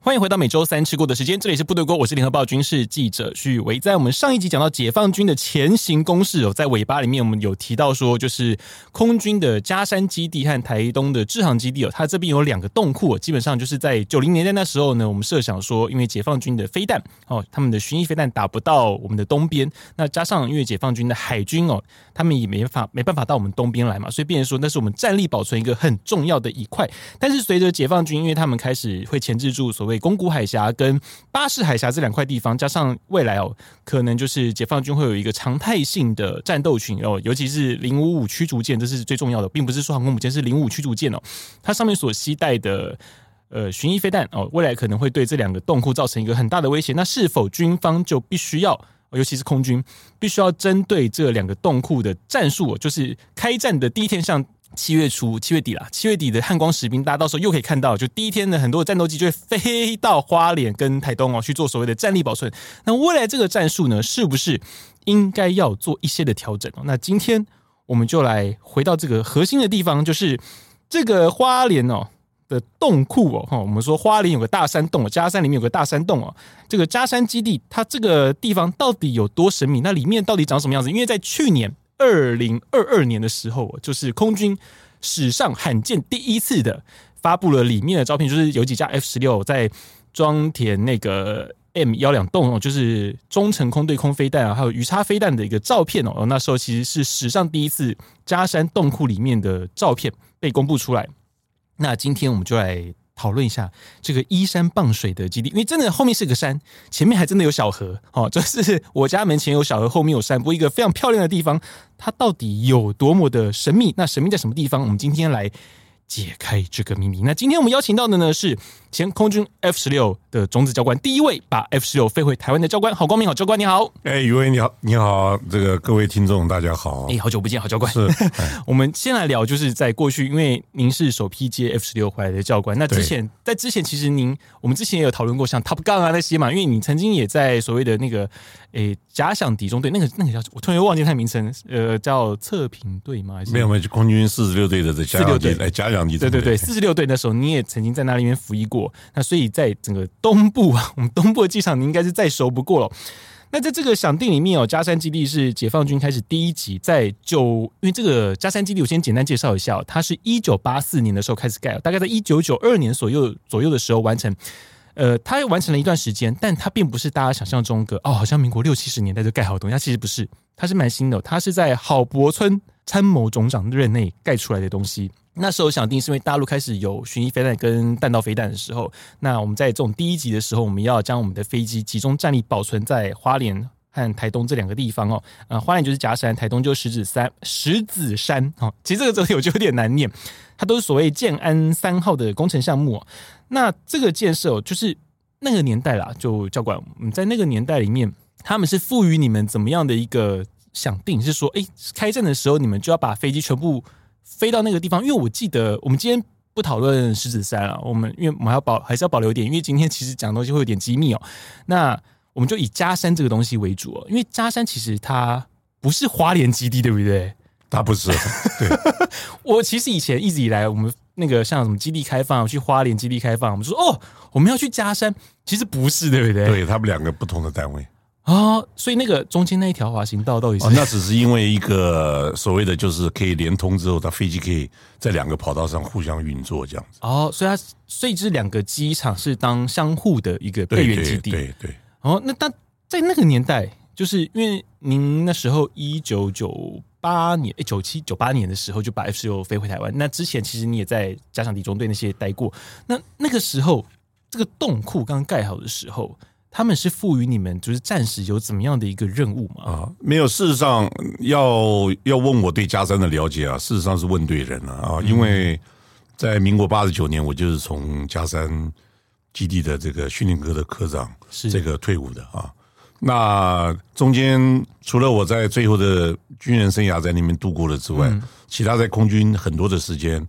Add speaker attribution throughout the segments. Speaker 1: 欢迎回到每周三吃过的时间，这里是部队锅，我是联合报军事记者徐宇维。在我们上一集讲到解放军的前行攻势哦，在尾巴里面我们有提到说，就是空军的嘉山基地和台东的制航基地哦，它这边有两个洞库、哦，基本上就是在九零年代那时候呢，我们设想说，因为解放军的飞弹哦，他们的巡弋飞弹打不到我们的东边，那加上因为解放军的海军哦，他们也没法没办法到我们东边来嘛，所以变成说那是我们战力保存一个很重要的一块。但是随着解放军，因为他们开始会钳制住所谓宫古海峡跟巴士海峡这两块地方，加上未来哦，可能就是解放军会有一个常态性的战斗群哦，尤其是零五五驱逐舰，这是最重要的，并不是说航空母舰，是零五驱逐舰哦，它上面所携带的。呃，巡弋飞弹哦，未来可能会对这两个洞库造成一个很大的威胁。那是否军方就必须要尤其是空军，必须要针对这两个洞库的战术，哦就是开战的第一天，像七月初、七月底啦，七月底的汉光实兵，大家到时候又可以看到，就第一天的很多战斗机就会飞到花莲跟台东哦去做所谓的战力保存。那未来这个战术呢，是不是应该要做一些的调整哦？那今天我们就来回到这个核心的地方，就是这个花莲哦。的洞库哦，哈，我们说花莲有个大山洞哦，嘉山里面有个大山洞哦，这个嘉山基地，它这个地方到底有多神秘？那里面到底长什么样子？因为在去年二零二二年的时候哦，就是空军史上罕见第一次的发布了里面的照片，就是有几架 F 十六在装填那个 M 幺两洞哦，就是中程空对空飞弹啊，还有鱼叉飞弹的一个照片哦。那时候其实是史上第一次嘉山洞库里面的照片被公布出来。那今天我们就来讨论一下这个依山傍水的基地，因为真的后面是个山，前面还真的有小河哦，就是我家门前有小河，后面有山，不过一个非常漂亮的地方，它到底有多么的神秘？那神秘在什么地方？我们今天来解开这个秘密。那今天我们邀请到的呢是前空军 F 十六的种子教官，第一位把 F 十六飞回台湾的教官，郝光明，好教官你好，
Speaker 2: 哎，宇威你好，你好，这个各位听众大家好啊
Speaker 1: 哎、，好久不见，郝教官，
Speaker 2: 是，
Speaker 1: 我们先来聊，就是在过去，因为您是首批接 F 十六回来的教官，那之
Speaker 2: 对
Speaker 1: 前在之前，其实您我们之前也有讨论过像 Top Gun 啊那些嘛，因为你曾经也在所谓的那个诶假想敌中队，那个那个叫我突然又忘记他的名称，呃，叫测评队吗？还是
Speaker 2: 没有没有，就空军四十六队的这嘉奖
Speaker 1: 队
Speaker 2: 机，哎，嘉奖机，
Speaker 1: 对对对，四十六队那时候你也曾经在那里面服役过，那所以在整个东部啊，我们东部的机场你应该是再熟不过了。那在这个想定里面哦，嘉山基地是解放军开始第一集，在九，因为这个嘉山基地我先简单介绍一下、哦，它是一九八四年的时候开始盖、哦，大概在一九九二年左右左右的时候完成。呃，它完成了一段时间，但它并不是大家想象中的哦，好像民国六七十年代就盖好的东西，它其实不是，它是蛮新的哦、它是在郝柏村参谋总长任内盖出来的东西。那时候想定是因为大陆开始有巡弋飞弹跟弹道飞弹的时候，那我们在这种第一级的时候，我们要将我们的飞机集中战力保存在花莲和台东这两个地方哦。呃，花莲就是夹山，台东就是石子山，石子山哦。其实这个字我就有点难念， 它都是所谓建安三号的工程项目、哦。那这个建设哦，就是那个年代啦，就教官，我们在那个年代里面，他们是赋予你们怎么样的一个想定？是说，哎、开战的时候你们就要把飞机全部飞到那个地方？因为我记得我们今天。不讨论狮子山啊，我们因为我们还要保还是要保留一点，因为今天其实讲的东西会有点机密哦。那我们就以嘉山这个东西为主哦，因为嘉山其实它不是花莲基地，对不对？
Speaker 2: 他 不是，
Speaker 1: 我其实以前一直以来，我们那个像什么基地开放，去花莲基地开放，我们说哦，我们要去嘉山，其实不是，对不对？
Speaker 2: 对他们两个不同的单位，
Speaker 1: 啊、所以那个中间那一条滑行道到底是、
Speaker 2: 哦，那只是因为一个所谓的就是可以连通之后，它飞机可以在两个跑道上互相运作这样子，
Speaker 1: 哦，所以它所以这两个机场是当相互的一个备
Speaker 2: 对
Speaker 1: 援
Speaker 2: 对
Speaker 1: 基地。
Speaker 2: 对对，
Speaker 1: 哦，那但在那个年代，就是因为您那时候一九九八年、九七九八年的时候就把 F 十六飞回台湾，那之前其实你也在加强敌中队那些待过。那那个时候，这个洞库刚盖好的时候，他们是赋予你们就是暂时有怎么样的一个任务吗？
Speaker 2: 啊，没有。事实上，要要问我对嘉山的了解啊，事实上是问对人了啊，因为在民国八十九年，我就是从嘉山基地的这个训练科的科长
Speaker 1: 是
Speaker 2: 这个退伍的啊。那中间除了我在最后的军人生涯在那边度过了之外，其他在空军很多的时间，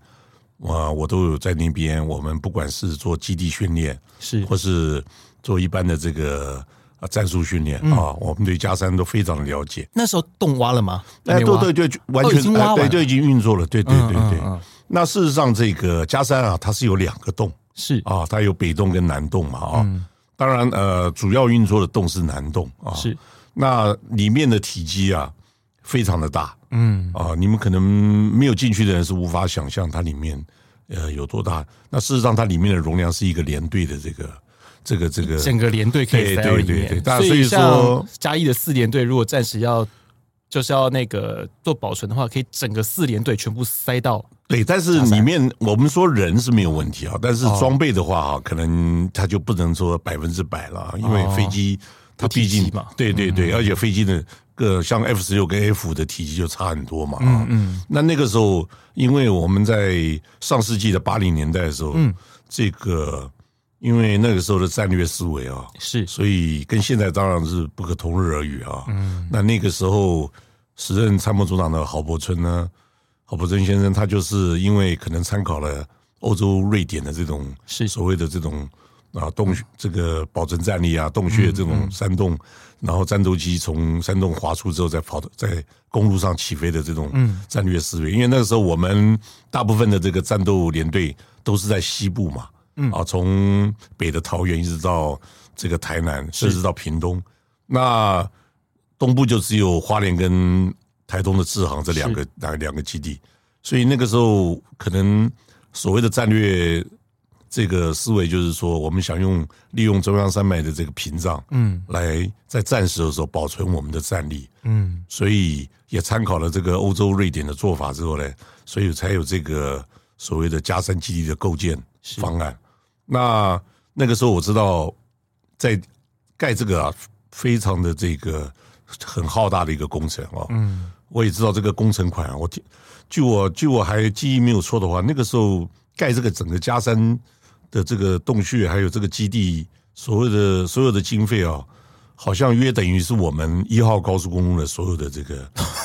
Speaker 2: 啊、我都有在那边。我们不管是做基地训练，
Speaker 1: 是
Speaker 2: 或是做一般的这个啊战术训练啊，我们对加山都非常的了解。
Speaker 1: 那时候洞挖了吗？
Speaker 2: 哎，
Speaker 1: 没挖
Speaker 2: 对对对，完
Speaker 1: 哦已经
Speaker 2: 全
Speaker 1: 挖完
Speaker 2: 哎
Speaker 1: 了
Speaker 2: 对，就已经运作了，对对对
Speaker 1: 嗯
Speaker 2: 对
Speaker 1: 嗯。
Speaker 2: 那事实上，这个加山啊，它是有两个洞
Speaker 1: 是
Speaker 2: 啊，它有北洞跟南洞嘛
Speaker 1: 嗯
Speaker 2: 啊。当然，呃，主要运作的洞是南洞啊。
Speaker 1: 是，
Speaker 2: 那里面的体积啊，非常的大
Speaker 1: 嗯，
Speaker 2: 啊，你们可能没有进去的人是无法想象它里面呃有多大。那事实上，它里面的容量是一个连队的这个这个这个
Speaker 1: 整个连队可以
Speaker 2: 对
Speaker 1: 塞到
Speaker 2: 对
Speaker 1: 里
Speaker 2: 对
Speaker 1: 面
Speaker 2: 对当然
Speaker 1: 所以
Speaker 2: 所以说
Speaker 1: 像嘉义的四连队，如果暂时要就是要那个做保存的话，可以整个四连队全部塞到
Speaker 2: 对，但是里面我们说人是没有问题啊，但
Speaker 1: 哦
Speaker 2: 是装备的话啊，可能它就不能说百分之百了啊，因为
Speaker 1: 哦
Speaker 2: 飞机它毕
Speaker 1: 体
Speaker 2: 竟
Speaker 1: 积嘛嗯
Speaker 2: 对对对，而且飞机的个像 F 十六跟 F 五的体积就差很多嘛
Speaker 1: 嗯
Speaker 2: 啊。那那个时候，因为我们在上世纪的八零年代的时候，
Speaker 1: 嗯
Speaker 2: 这个因为那个时候的战略思维啊，
Speaker 1: 是
Speaker 2: 所以跟现在当然是不可同日而语啊。那那个时候，时任参谋总长的郝柏村呢，郝柏村先生，他就是因为可能参考了欧洲瑞典的这种
Speaker 1: 是
Speaker 2: 所谓的这种啊洞穴这个保存战力啊洞穴这种山洞，然后战斗机从山洞滑出之后再跑到在公路上起飞的这种战略思维。因为那个时候我们大部分的这个战斗连队都是在西部嘛，啊，从北的桃园一直到这个台南，甚至到屏东，那东部就只有花莲跟台东的志航这两个啊两两个基地，所以那个时候可能所谓的战略这个思维就是说，我们想用利用中央山脉的这个屏障，嗯，来在战时的时候保存我们的战力，嗯，所以也参考了这个欧洲瑞典的做法之后呢，所以才有这个所谓的加山基地的构建方案。那那个时候我知道，在盖这个啊，非常的这个很浩大的一个工程哦，嗯，我也知道这个工程款啊，我听据我据我还记忆没有错的话，那个时候盖这个整个加山的这个洞穴，还有这个基地，所有的所有的经费啊、好像约等于是我们一号高速公路的所有的这 个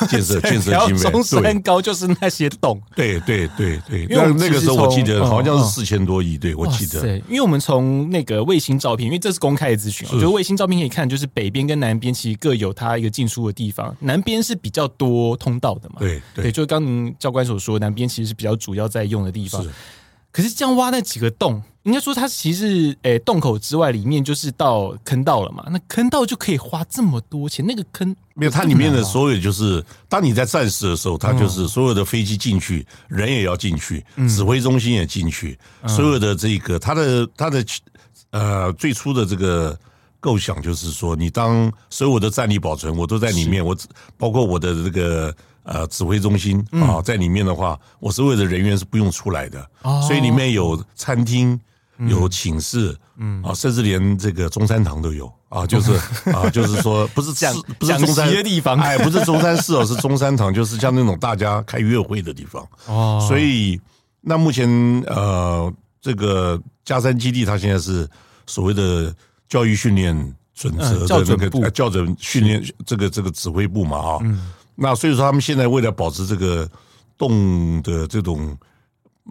Speaker 2: 建设建设
Speaker 1: 然后
Speaker 2: 经费，
Speaker 1: 中山
Speaker 2: 对
Speaker 1: 高就是那些洞。
Speaker 2: 对对对对。
Speaker 1: 因为我
Speaker 2: 那
Speaker 1: 们
Speaker 2: 那
Speaker 1: 其
Speaker 2: 个
Speaker 1: 实
Speaker 2: 时候我记
Speaker 1: 从
Speaker 2: 得
Speaker 1: 嗯
Speaker 2: 好像
Speaker 1: 嗯
Speaker 2: 是四千多亿，对我记
Speaker 1: 哇
Speaker 2: 得
Speaker 1: 塞，因为我们从那个卫星照片，因为这是公开的资讯哦，就是卫星照片可以看，就是北边跟南边其实各有它一个进出的地方，南边是比较多通道的嘛，
Speaker 2: 对对
Speaker 1: 对，就是刚您教官所说，南边其实是比较主要在用的地方
Speaker 2: 是。
Speaker 1: 可是这样挖那几个洞，应该说它其实是诶洞口之外，里面就是到坑道了嘛。那坑道就可以花这么多钱，那个坑
Speaker 2: 没有，它里面的所有就是，当你在战时的时候，它就是所有的飞机进去，人也要进去，指挥中心也进去，所有的这个它的它的呃最初的这个构想就是说，你当所有的战力保存我都在里面，我只包括我的这个呃指挥中心啊、在里面的话，我所有的人员是不用出来的，
Speaker 1: 哦
Speaker 2: 所以里面有餐厅。有寝室，嗯啊，甚至连这个中山堂都有啊，就是啊，就是说不是
Speaker 1: 讲
Speaker 2: 是不是中
Speaker 1: 讲
Speaker 2: 山
Speaker 1: 习的地方
Speaker 2: 哎，不是中山市哦，是中山堂，就是像那种大家开约会的地方。
Speaker 1: 哦
Speaker 2: 所以那目前呃，这个加山基地它现在是所谓的教育训练准
Speaker 1: 嗯
Speaker 2: 则
Speaker 1: 校
Speaker 2: 的那
Speaker 1: 准
Speaker 2: 个、
Speaker 1: 部嗯
Speaker 2: 呃校准训练这个这个指挥部嘛啊、那所以说他们现在为了保持这个洞的这种。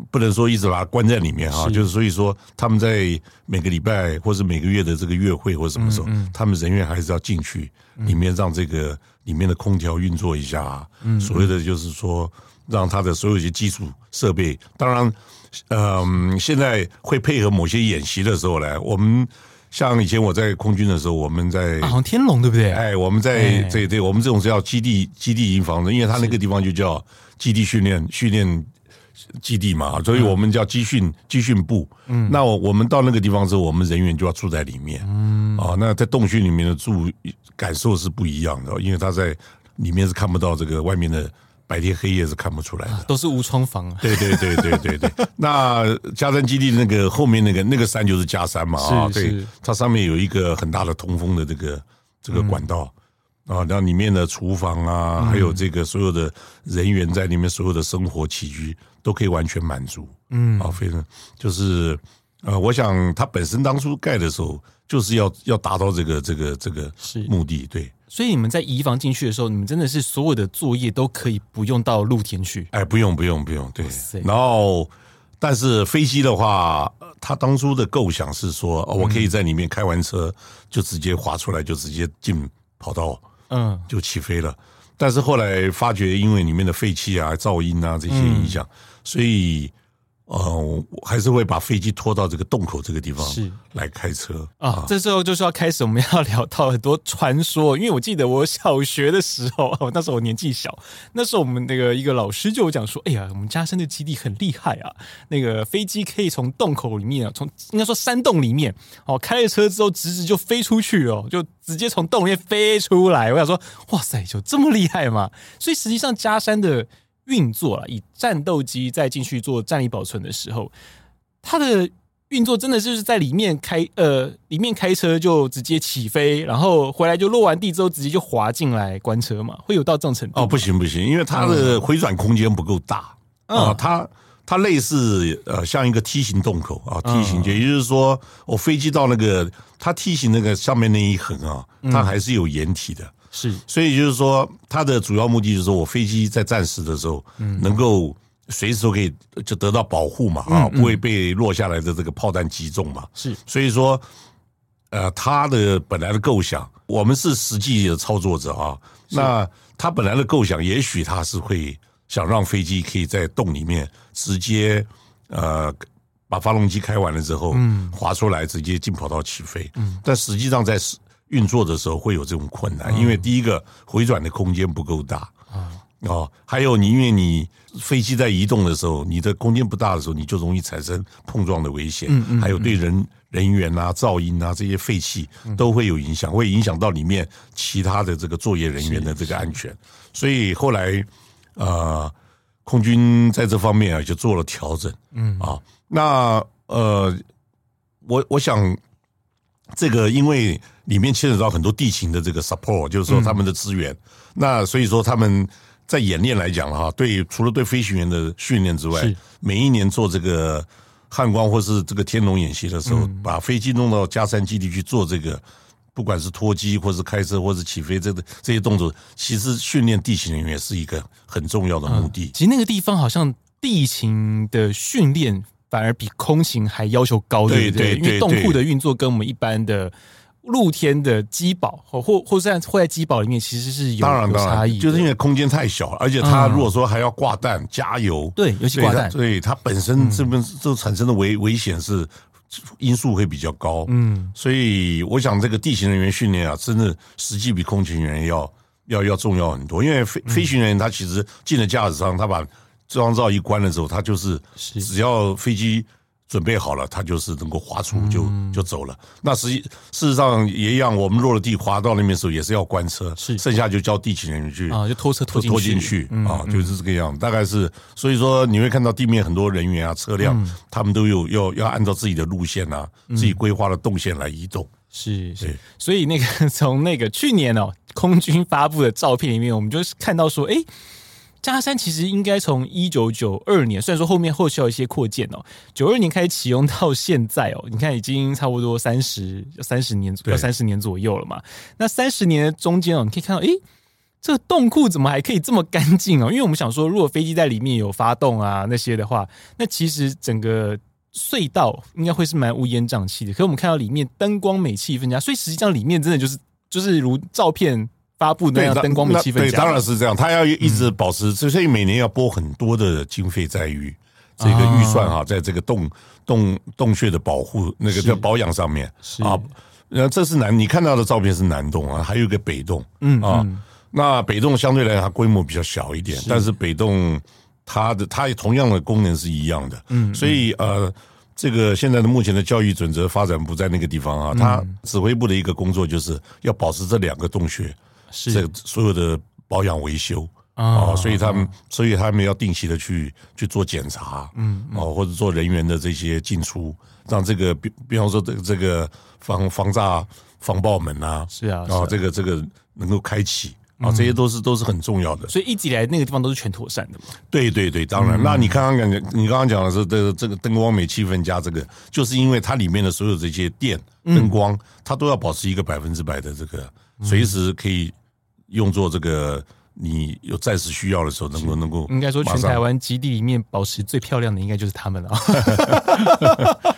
Speaker 2: 不能说一直把它关在里面啊，就是所以说他们在每个礼拜或是每个月的这个月会或什么时候，他们人员还是要进去里面，让这个里面的空调运作一下、啊。所谓的就是说，让它的所有一些基础设备，当然，嗯、现在会配合某些演习的时候来，我们像以前我在空军的时候，我们在
Speaker 1: 啊，好像天龙对不对？
Speaker 2: 哎，我们在
Speaker 1: 哎
Speaker 2: 对对，我们这种是要基地基地营房的，因为它那个地方就叫基地训练训练基地嘛，所以我们叫基训基训部。嗯，那我我们到那个地方之后，我们人员就要住在里面。嗯，啊，那在洞穴里面的住感受是不一样的，因为它在里面是看不到这个外面的白天黑夜是看不出来的。
Speaker 1: 都是无窗房啊，
Speaker 2: 对对对对 对对。那加山基地那个后面那个那个山就是加山嘛啊，
Speaker 1: 是
Speaker 2: 对
Speaker 1: 是，嗯
Speaker 2: 它上面有一个很大的通风的这个这个管道。啊，那里面的厨房啊，还有这个所有的人员在里面，所有的生活起居都可以完全满足。嗯，啊，非常就是呃，我想它本身当初盖的时候，就是要要达到这个这个这个
Speaker 1: 是
Speaker 2: 目的，对。
Speaker 1: 所以你们在移防进去的时候，你们真的是所有的作业都可以不用到露天去。
Speaker 2: 哎，不用不用不用，对
Speaker 1: 塞。
Speaker 2: 然后但是飞机的话，呃他当初的构想是说，哦、我可
Speaker 1: 嗯
Speaker 2: 以在里面开完车就直接滑出来，就直接进跑道
Speaker 1: 嗯
Speaker 2: 就起飞了。但是后来发觉，因为里面的废气啊、噪音啊这些影响，
Speaker 1: 嗯
Speaker 2: 所以呃，我还是会把飞机拖到这个洞口这个地方
Speaker 1: 是
Speaker 2: 来开车
Speaker 1: 啊，这时候就是要开始我们要聊到很多传说，因为我记得我小学的时候，哦那时候我年纪小，那时候我们那个一个老师就有讲说，哎呀，我们嘉生的基地很厉害啊，那个飞机可以从洞口里面啊，从应该说山洞里面哦，开了车之后直直就飞出去哦，就直接从洞里面飞出来。我想说，哇塞，有这么厉害吗？所以实际上嘉山的运作了，以战斗机再进去做战力保存的时候，它的运作真的就是在里面开呃里面开车就直接起飞，然后回来就落完地之后直接就滑进来关车嘛，会有到这种程度
Speaker 2: 哦，不行不行，因为它的回转空间不够大啊、它它类似呃像一个梯形洞口啊，梯形也就是说，我、飞机到那个它梯形那个上面那一横啊，它还是有掩体的，
Speaker 1: 是
Speaker 2: 所以就是说它的主要目的就是说我飞机在战时的时候，能够随时都可以就得到保护嘛啊，不会被落下来的这个炮弹击中嘛，
Speaker 1: 是
Speaker 2: 所以说，呃，他的本来的构想，我们是实际的操作者啊。那他本来的构想，也许他是会想让飞机可以在洞里面直接呃把发动机开完了之后，嗯，滑出来直接进跑道起飞。嗯，但实际上在实运作的时候会有这种困难，因为第一个回转的空间不够大。哦，还有你，因为你飞机在移动的时候，你的空间不大的时候，你就容易产生碰撞的危险，还有对人人员啊、噪音啊这些废气都会有影响，会影响到里面其他的这个作业人员的这个安全。所以后来，呃，空军在这方面啊就做了调整，嗯啊，那呃，我我想这个因为里面牵扯到很多地形的这个 support，就
Speaker 1: 嗯
Speaker 2: 是说他们的资源。那所以说他们在演练来讲哈，对除了对飞行员的训练之外
Speaker 1: 是，
Speaker 2: 每一年做这个汉光或是这个天龙演习的时候，
Speaker 1: 嗯
Speaker 2: 把飞机弄到加山基地去做这个。不管是脱机，或是开车，或是起飞，这个这些动作，其实训练地形人员是一个很重要的目的。
Speaker 1: 其实那个地方好像地勤的训练反而比空勤还要求高，
Speaker 2: 对
Speaker 1: 不对？
Speaker 2: 对
Speaker 1: 因为
Speaker 2: 对
Speaker 1: 洞库
Speaker 2: 对
Speaker 1: 的运作跟我们一般的露天的机堡，或或或是在会在机堡里面其实是有
Speaker 2: 当然，
Speaker 1: 有
Speaker 2: 当
Speaker 1: 差异
Speaker 2: 然，
Speaker 1: 的，
Speaker 2: 就是因为空间太小，而且它
Speaker 1: 嗯
Speaker 2: 如果说还要挂弹、加油，
Speaker 1: 对尤其挂嗯弹
Speaker 2: 所以它本身这边就产生的危危险是因素会比较高，
Speaker 1: 嗯，
Speaker 2: 所以我想这个地形人员训练啊，真的实际比空勤人员要要要重要很多，因为飞
Speaker 1: 嗯
Speaker 2: 飞行人员他其实进了驾驶舱，他把装罩一关了之后，他就是
Speaker 1: 是
Speaker 2: 只要飞机。准备好了，他就是能够滑出
Speaker 1: 嗯
Speaker 2: 就、就走了。那实际事实上也一样，我们落了地滑到那边的时候也是要关车，
Speaker 1: 是
Speaker 2: 剩下就交地勤人员去
Speaker 1: 啊，就拖车拖
Speaker 2: 拖
Speaker 1: 进去，嗯
Speaker 2: 拖进去啊，就是这个样子。大概是，所以说你会看到地面很多人员啊、
Speaker 1: 嗯
Speaker 2: 车辆，他们都有要要按照自己的路线啊、自己规划的动线来移动。
Speaker 1: 是是
Speaker 2: 对，
Speaker 1: 所以那个 从那个去年哦，空军发布的照片里面，我们就是看到说，哎、嘉山其实应该从一九九二年，虽然说后面后续有一些扩建哦，九二年开始启用到现在哦，你看已经差不多三十三十年左
Speaker 2: 对
Speaker 1: 要三十年左右了嘛。那三十年的中间哦，你可以看到，哎、这个洞库怎么还可以这么干净哦？因为我们想说，如果飞机在里面有发动啊那些的话，那其实整个隧道应该会是蛮乌烟瘴气的。可是我们看到里面灯光美气氛佳，所以实际上里面真的就是就是如照片发布的那样
Speaker 2: 那
Speaker 1: 灯光美
Speaker 2: 那
Speaker 1: 气氛
Speaker 2: 对，
Speaker 1: 佳，嗯
Speaker 2: 当然是这样。他要一直保持，所以每年要拨很多的经费在于这个预算
Speaker 1: 啊
Speaker 2: 哈，在这个洞洞洞穴的保护那个叫保养上面
Speaker 1: 是
Speaker 2: 啊。那这是南，你看到的照片是南洞啊，还有一个北洞，
Speaker 1: 嗯
Speaker 2: 啊。
Speaker 1: 嗯
Speaker 2: 那北洞相对来讲它规模比较小一点，但是北洞它的它也同样的功能是一样的，嗯，所以呃。这个现在的目前的教育准则发展部在那个地方
Speaker 1: 嗯
Speaker 2: 啊，它指挥部的一个工作就是要保持这两个洞穴这
Speaker 1: 是
Speaker 2: 个所有的保养维修
Speaker 1: 啊
Speaker 2: 啊、所以他们，所以他们要定期的去去做检查，嗯，哦，或者做人员的这些进出，让这个比比方说这这个防防炸防爆门啊，
Speaker 1: 是啊是啊
Speaker 2: 啊，这个这个能够开启啊，这些
Speaker 1: 嗯
Speaker 2: 都是都是很重要的。
Speaker 1: 所以一直以来那个地方都是全妥善的嘛。
Speaker 2: 对对对，当然。那你刚刚感觉，你刚刚讲的是这个这个灯光美气氛加这个，就是因为它里面的所有这些电
Speaker 1: 嗯
Speaker 2: 灯光，它都要保持一个百分之百的这个，随时可以用作这个你有暂时需要的时候，能够能够
Speaker 1: 应该说，
Speaker 2: 马
Speaker 1: 全
Speaker 2: 上
Speaker 1: 台湾基地里面保持最漂亮的应该就是他 们了。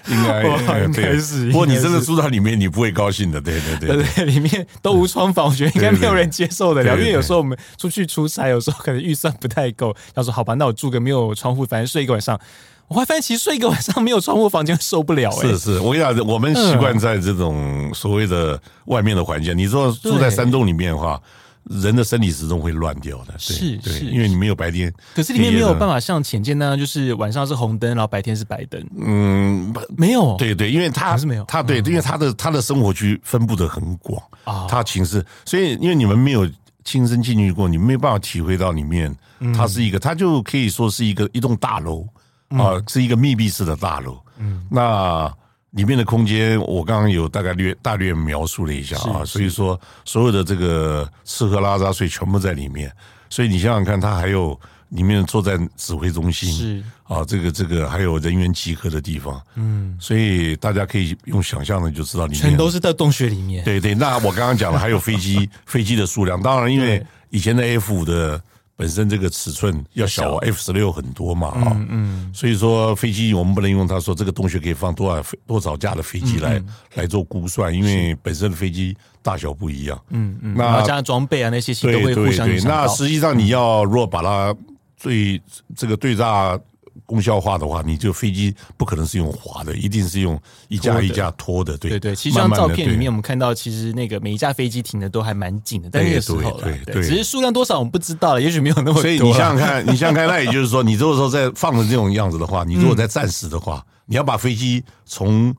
Speaker 2: 应 该呃
Speaker 1: 哇应该
Speaker 2: 对
Speaker 1: 是
Speaker 2: 不过你
Speaker 1: 应该
Speaker 2: 真的
Speaker 1: 是
Speaker 2: 住到里面，你不会高兴的，对对
Speaker 1: 对
Speaker 2: 对。
Speaker 1: 对，里面都无窗房，我觉得应该没有人接受得了。
Speaker 2: 对对对
Speaker 1: 因为有时候我们出去出差，有时候可能预算不太够，他说好吧，那我住个没有窗户，反正睡一个晚上。我还发现其实睡一个晚上没有窗户房间受不了、欸，
Speaker 2: 是是，我跟你讲，我们习惯在这种所谓的外面的环境。你说住在山洞里面的话，人的生理时钟会乱掉的。对
Speaker 1: 是
Speaker 2: 对
Speaker 1: 是
Speaker 2: 因为你没有白天，
Speaker 1: 可是里面没有办
Speaker 2: 法。
Speaker 1: 法像浅见那样，就是晚上是红灯，然后白天是白灯，
Speaker 2: 嗯，
Speaker 1: 没有。
Speaker 2: 对对，因为他
Speaker 1: 哦还是没有嗯
Speaker 2: 他对，因为他的他的生活区分布的很广啊，他寝室，所以因为你们没有亲身进去过，你没有办法体会到里面，
Speaker 1: 嗯
Speaker 2: 它是一个，它就可以说是一个一栋大楼
Speaker 1: 嗯
Speaker 2: 啊，是一个密闭式的大楼。嗯，那里面的空间，我刚刚有大概略大略描述了一下啊，所以说所有的这个吃喝拉撒睡全部在里面，所以你想想看，它还有里面作战指挥中心
Speaker 1: 是
Speaker 2: 啊，这个这个还有人员集合的地方，嗯，所以大家可以用想象的就知道里面
Speaker 1: 全都是在洞穴里面，
Speaker 2: 对对。那我刚刚讲了，还有飞 机飞机的数量，当然因为以前的 F 五的本身这个尺寸要小 F 十六很多嘛啊、嗯所以说飞机我们不能用它说这个洞穴可以放多少飞多少架的飞机来、来做估算，因为本身的飞机大小不一样，嗯嗯，
Speaker 1: 然后
Speaker 2: 那
Speaker 1: 加上装备啊那些，其实都
Speaker 2: 对
Speaker 1: 会
Speaker 2: 对
Speaker 1: 互相影
Speaker 2: 对，
Speaker 1: 响到嗯
Speaker 2: 那实际上你要如果把它最这个最大功效化的话，你这个飞机不可能是用滑的，一定是用一架一架拖的。对
Speaker 1: 对对，其实这
Speaker 2: 慢
Speaker 1: 张照
Speaker 2: 慢地
Speaker 1: 片里
Speaker 2: 对
Speaker 1: 面，我们看到，其实那个每一架飞机停的都还蛮近的，但那个时候了
Speaker 2: 对，对
Speaker 1: 对，
Speaker 2: 对
Speaker 1: 只是数量多少我们不知道了，也许没有那么多啦。
Speaker 2: 所以你想想看，你想想看，那也就是说，你如果说在放成这种样子的话，你如果在暂时的话，你要把飞机从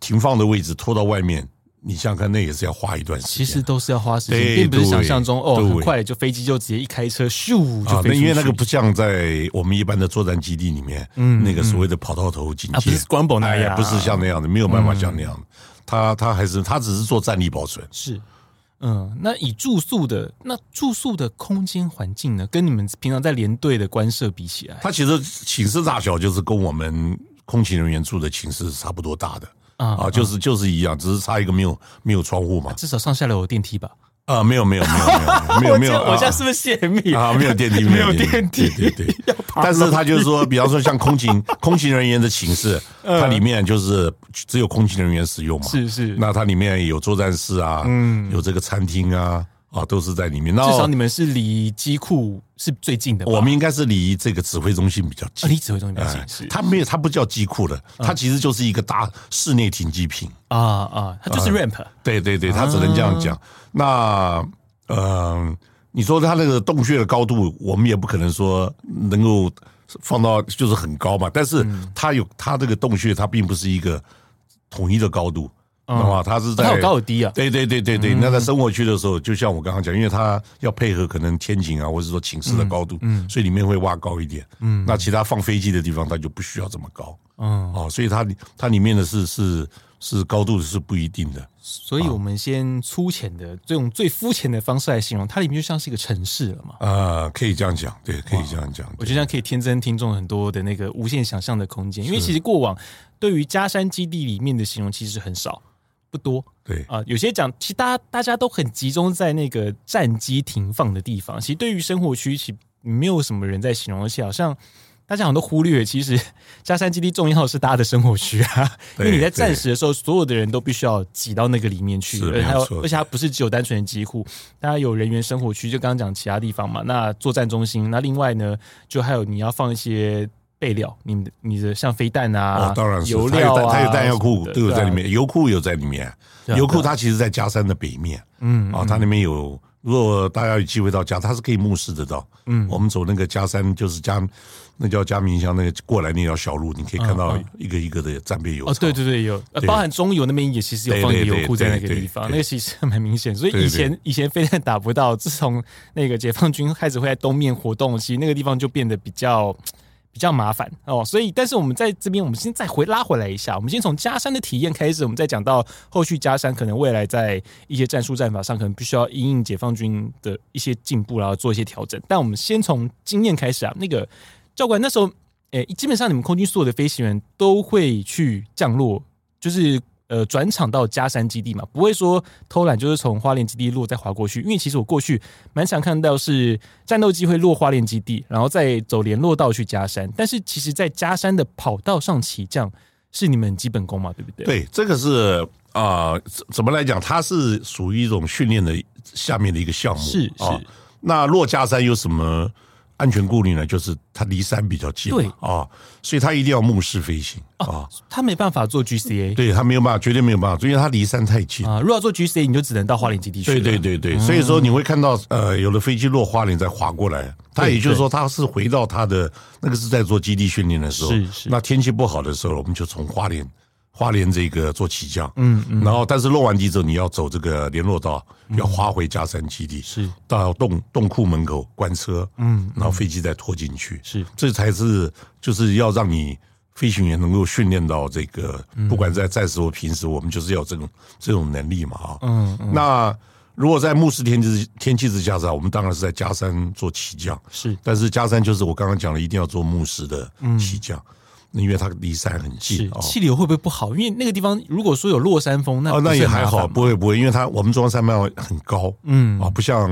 Speaker 2: 停放的位置拖到外面，你想想看，那也是要花一段时间。
Speaker 1: 其实都是要花时间，
Speaker 2: 对
Speaker 1: 并不是想象中
Speaker 2: 对
Speaker 1: 哦，
Speaker 2: 对
Speaker 1: 很快就飞机就直接一开车咻就
Speaker 2: 啊，
Speaker 1: 飞出
Speaker 2: 那
Speaker 1: 去。
Speaker 2: 因为那个不像在我们一般的作战基地里面，那个所谓的跑道头警
Speaker 1: 嗯
Speaker 2: 戒，
Speaker 1: 啊不是关堡那
Speaker 2: 哎
Speaker 1: 样嗯
Speaker 2: 不是像那样的，没有办法像那样的。他他还是他只是做战力保存，
Speaker 1: 是，嗯，那以住宿的那住宿的空间环境呢，跟你们平常在连队的官舍比起来，
Speaker 2: 他其实寝室大小就是跟我们空勤人员住的寝室是差不多大的
Speaker 1: 啊
Speaker 2: 啊，就是就是一样，只是差一个没有没有窗户嘛
Speaker 1: 至少上下楼有电梯吧？
Speaker 2: 啊，没有没有 没有没有没有没有，
Speaker 1: 我这我现
Speaker 2: 啊
Speaker 1: 在是不是泄密
Speaker 2: 啊，没有电梯，
Speaker 1: 没有电梯，
Speaker 2: 对对 对。但是他就是说，比方说像空勤空勤人员的寝室，它里面就是只有空勤人员使用嘛，
Speaker 1: 嗯是是
Speaker 2: 那它里面有作战室啊，嗯，有这个餐厅啊，啊，都是在里面。那
Speaker 1: 至少你们是离机库是最近的吧，
Speaker 2: 我们应哎该是离这个指挥中心比较
Speaker 1: 啊
Speaker 2: 近。
Speaker 1: 离指挥中心比较近， 是
Speaker 2: 它没有，它不叫机库了，它其实就是一个大室内停机坪。
Speaker 1: 啊啊，它就是 ramp，
Speaker 2: 对对
Speaker 1: 啊
Speaker 2: 对，他只能这样讲。那呃，你说他那个洞穴的高度，我们也不可能说能够放到就是很高嘛。但是
Speaker 1: 嗯
Speaker 2: 它有它这个洞穴，它并不是一个统一的高度，那么它是在
Speaker 1: 嗯它有高有低啊
Speaker 2: 对对对对对，那在生活区的时候，就像我刚刚讲，因为它要配合可能天井啊，或者说寝室的高度，嗯，所以里面会挖高一点。嗯，那其他放飞机的地方，它就不需要这么高。
Speaker 1: 嗯。
Speaker 2: 哦，所以它里它里面的是是是高度是不一定的。
Speaker 1: 所以我们先粗浅的，用最肤浅的方式来形容，它里面就像是一个城市了嘛。
Speaker 2: 啊，可以这样讲，对，可以这样讲。
Speaker 1: 我觉得这样可以天真听众很多的那个无限想象的空间，因为其实过往对于嘉山基地里面的形容其实很少，不多。
Speaker 2: 对
Speaker 1: 啊、有些讲，其实大家大家都很集中在那个战机停放的地方，其实对于生活区，其实没有什么人在形容，而且好像。大家好像都忽略，其实 嘉山基地重要的是大家的生活区啊，因
Speaker 2: 对
Speaker 1: 为你在战时的时候，所有的人都必须要挤到那个里面去，
Speaker 2: 是
Speaker 1: 而且还有
Speaker 2: 没有错
Speaker 1: 而且它不是只有单纯的机库，大家有人员生活区，就刚刚讲其他地方嘛，那作战中心，那另外呢，就还有你要放一些备料，你的你的像飞弹啊，
Speaker 2: 哦，当然是，
Speaker 1: 油
Speaker 2: 它有
Speaker 1: 料
Speaker 2: 弹
Speaker 1: 啊，
Speaker 2: 它有弹药
Speaker 1: 什么
Speaker 2: 库
Speaker 1: 的
Speaker 2: 都有在
Speaker 1: 对
Speaker 2: 里。
Speaker 1: 啊
Speaker 2: 面，油库有在里面。
Speaker 1: 啊
Speaker 2: 油库它其实在嘉山的北面，嗯，啊，它那边有。如果大家有机会到嘉，它是可以目视得到。嗯，我们走那个嘉山，就是嘉，那叫嘉明乡那个过来那条小路，你可以看到一个一个的战备油
Speaker 1: 啊哦，
Speaker 2: 槽
Speaker 1: 对对对，有，呃
Speaker 2: 对
Speaker 1: 包含中油那边也其实有放一个油库在那个地方，
Speaker 2: 对对对对对
Speaker 1: 那个其实蛮明显。所以
Speaker 2: 对对
Speaker 1: 以前以前飞弹打不到，自从那个解放军开始会在东面活动，其实那个地方就变得比较比较麻烦哦。所以，但是我们在这边，我们先再回拉回来一下，我们先从加山的体验开始，我们再讲到后续加山可能未来在一些战术战法上，可能必须要因应解放军的一些进步，然后做一些调整。但我们先从经验开始啊，那个教官那时候，诶、基本上你们空军所有的飞行员都会去降落，就是呃转场到嘉山基地嘛，不会说偷懒就是从花莲基地落再滑过去，因为其实我过去蛮常看到是战斗机会落花莲基地，然后再走联络道去嘉山，但是其实在嘉山的跑道上起降是你们基本功嘛，对不对？，
Speaker 2: 对，这个是啊、呃怎怎么来讲？它是属于一种训练的下面的一个项目。
Speaker 1: 是是
Speaker 2: 啊那落架山有什么安全顾虑呢？就是它离山比较近嘛，
Speaker 1: 对哦
Speaker 2: 啊，所以它一定要目视飞行啊。
Speaker 1: 他没办法做 GCA
Speaker 2: 对，它没有办法，绝对没有办法，因为它离山太近。
Speaker 1: 啊，如果要做 GCA，你就只能到花莲基地去
Speaker 2: 对
Speaker 1: 了。
Speaker 2: 对对对，所以说你会看到，呃，有的飞机落花莲再滑过来，它
Speaker 1: 对
Speaker 2: 也就是说它是回到它的那个是在做基地训练的时候，
Speaker 1: 是是
Speaker 2: 那天气不好的时候，我们就从花莲花莲这个做起降，嗯嗯，然后但是落完地之后，你要走这个联络道，要滑回加山基地，
Speaker 1: 是
Speaker 2: 到洞洞库门口关车，嗯，然后飞机再拖进去，
Speaker 1: 是
Speaker 2: 这才是就是要让你飞行员能够训练到这个，不管在战时或平时，我们就是要有这种这种能力嘛啊。嗯，那如果在牧师天气之天气之下上，我们当然是在加山做起降，
Speaker 1: 是
Speaker 2: 但是加山就是我刚刚讲的，一定要做牧师的起降，因为它离山很
Speaker 1: 嗯
Speaker 2: 近
Speaker 1: 是
Speaker 2: 哦。
Speaker 1: 气流会不会不好？因为那个地方如果说有落山风，那
Speaker 2: 哦，
Speaker 1: 不
Speaker 2: 那
Speaker 1: 是
Speaker 2: 也
Speaker 1: 很
Speaker 2: 还
Speaker 1: 麻
Speaker 2: 好，
Speaker 1: 烦吗
Speaker 2: 不会不会，因为它我们中央山脉很高，嗯啊，不像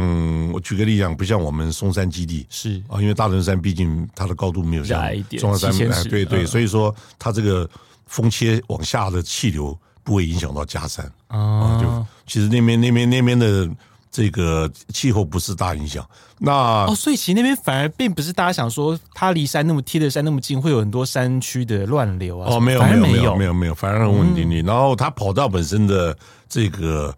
Speaker 2: 我举个例讲，不像我们松山基地
Speaker 1: 是
Speaker 2: 啊，因为大屯山毕竟它的高度没有像
Speaker 1: 窄一点
Speaker 2: 中央山
Speaker 1: 7000
Speaker 2: 脉，哎
Speaker 1: 尺
Speaker 2: 对对，
Speaker 1: 嗯
Speaker 2: 所以说它这个风切往下的气流不会影响到嘉山啊，就其实那边那边那边的这个气候不是大影响，那
Speaker 1: 哦，所以其实那边反而并不是大家想说，它离山那么贴着山那么近，会有很多山区的乱流啊什么。
Speaker 2: 哦，没有
Speaker 1: 反
Speaker 2: 没
Speaker 1: 而
Speaker 2: 有
Speaker 1: 没嗯
Speaker 2: 没有没有没有，反而很稳定力。然后它跑道本身的这个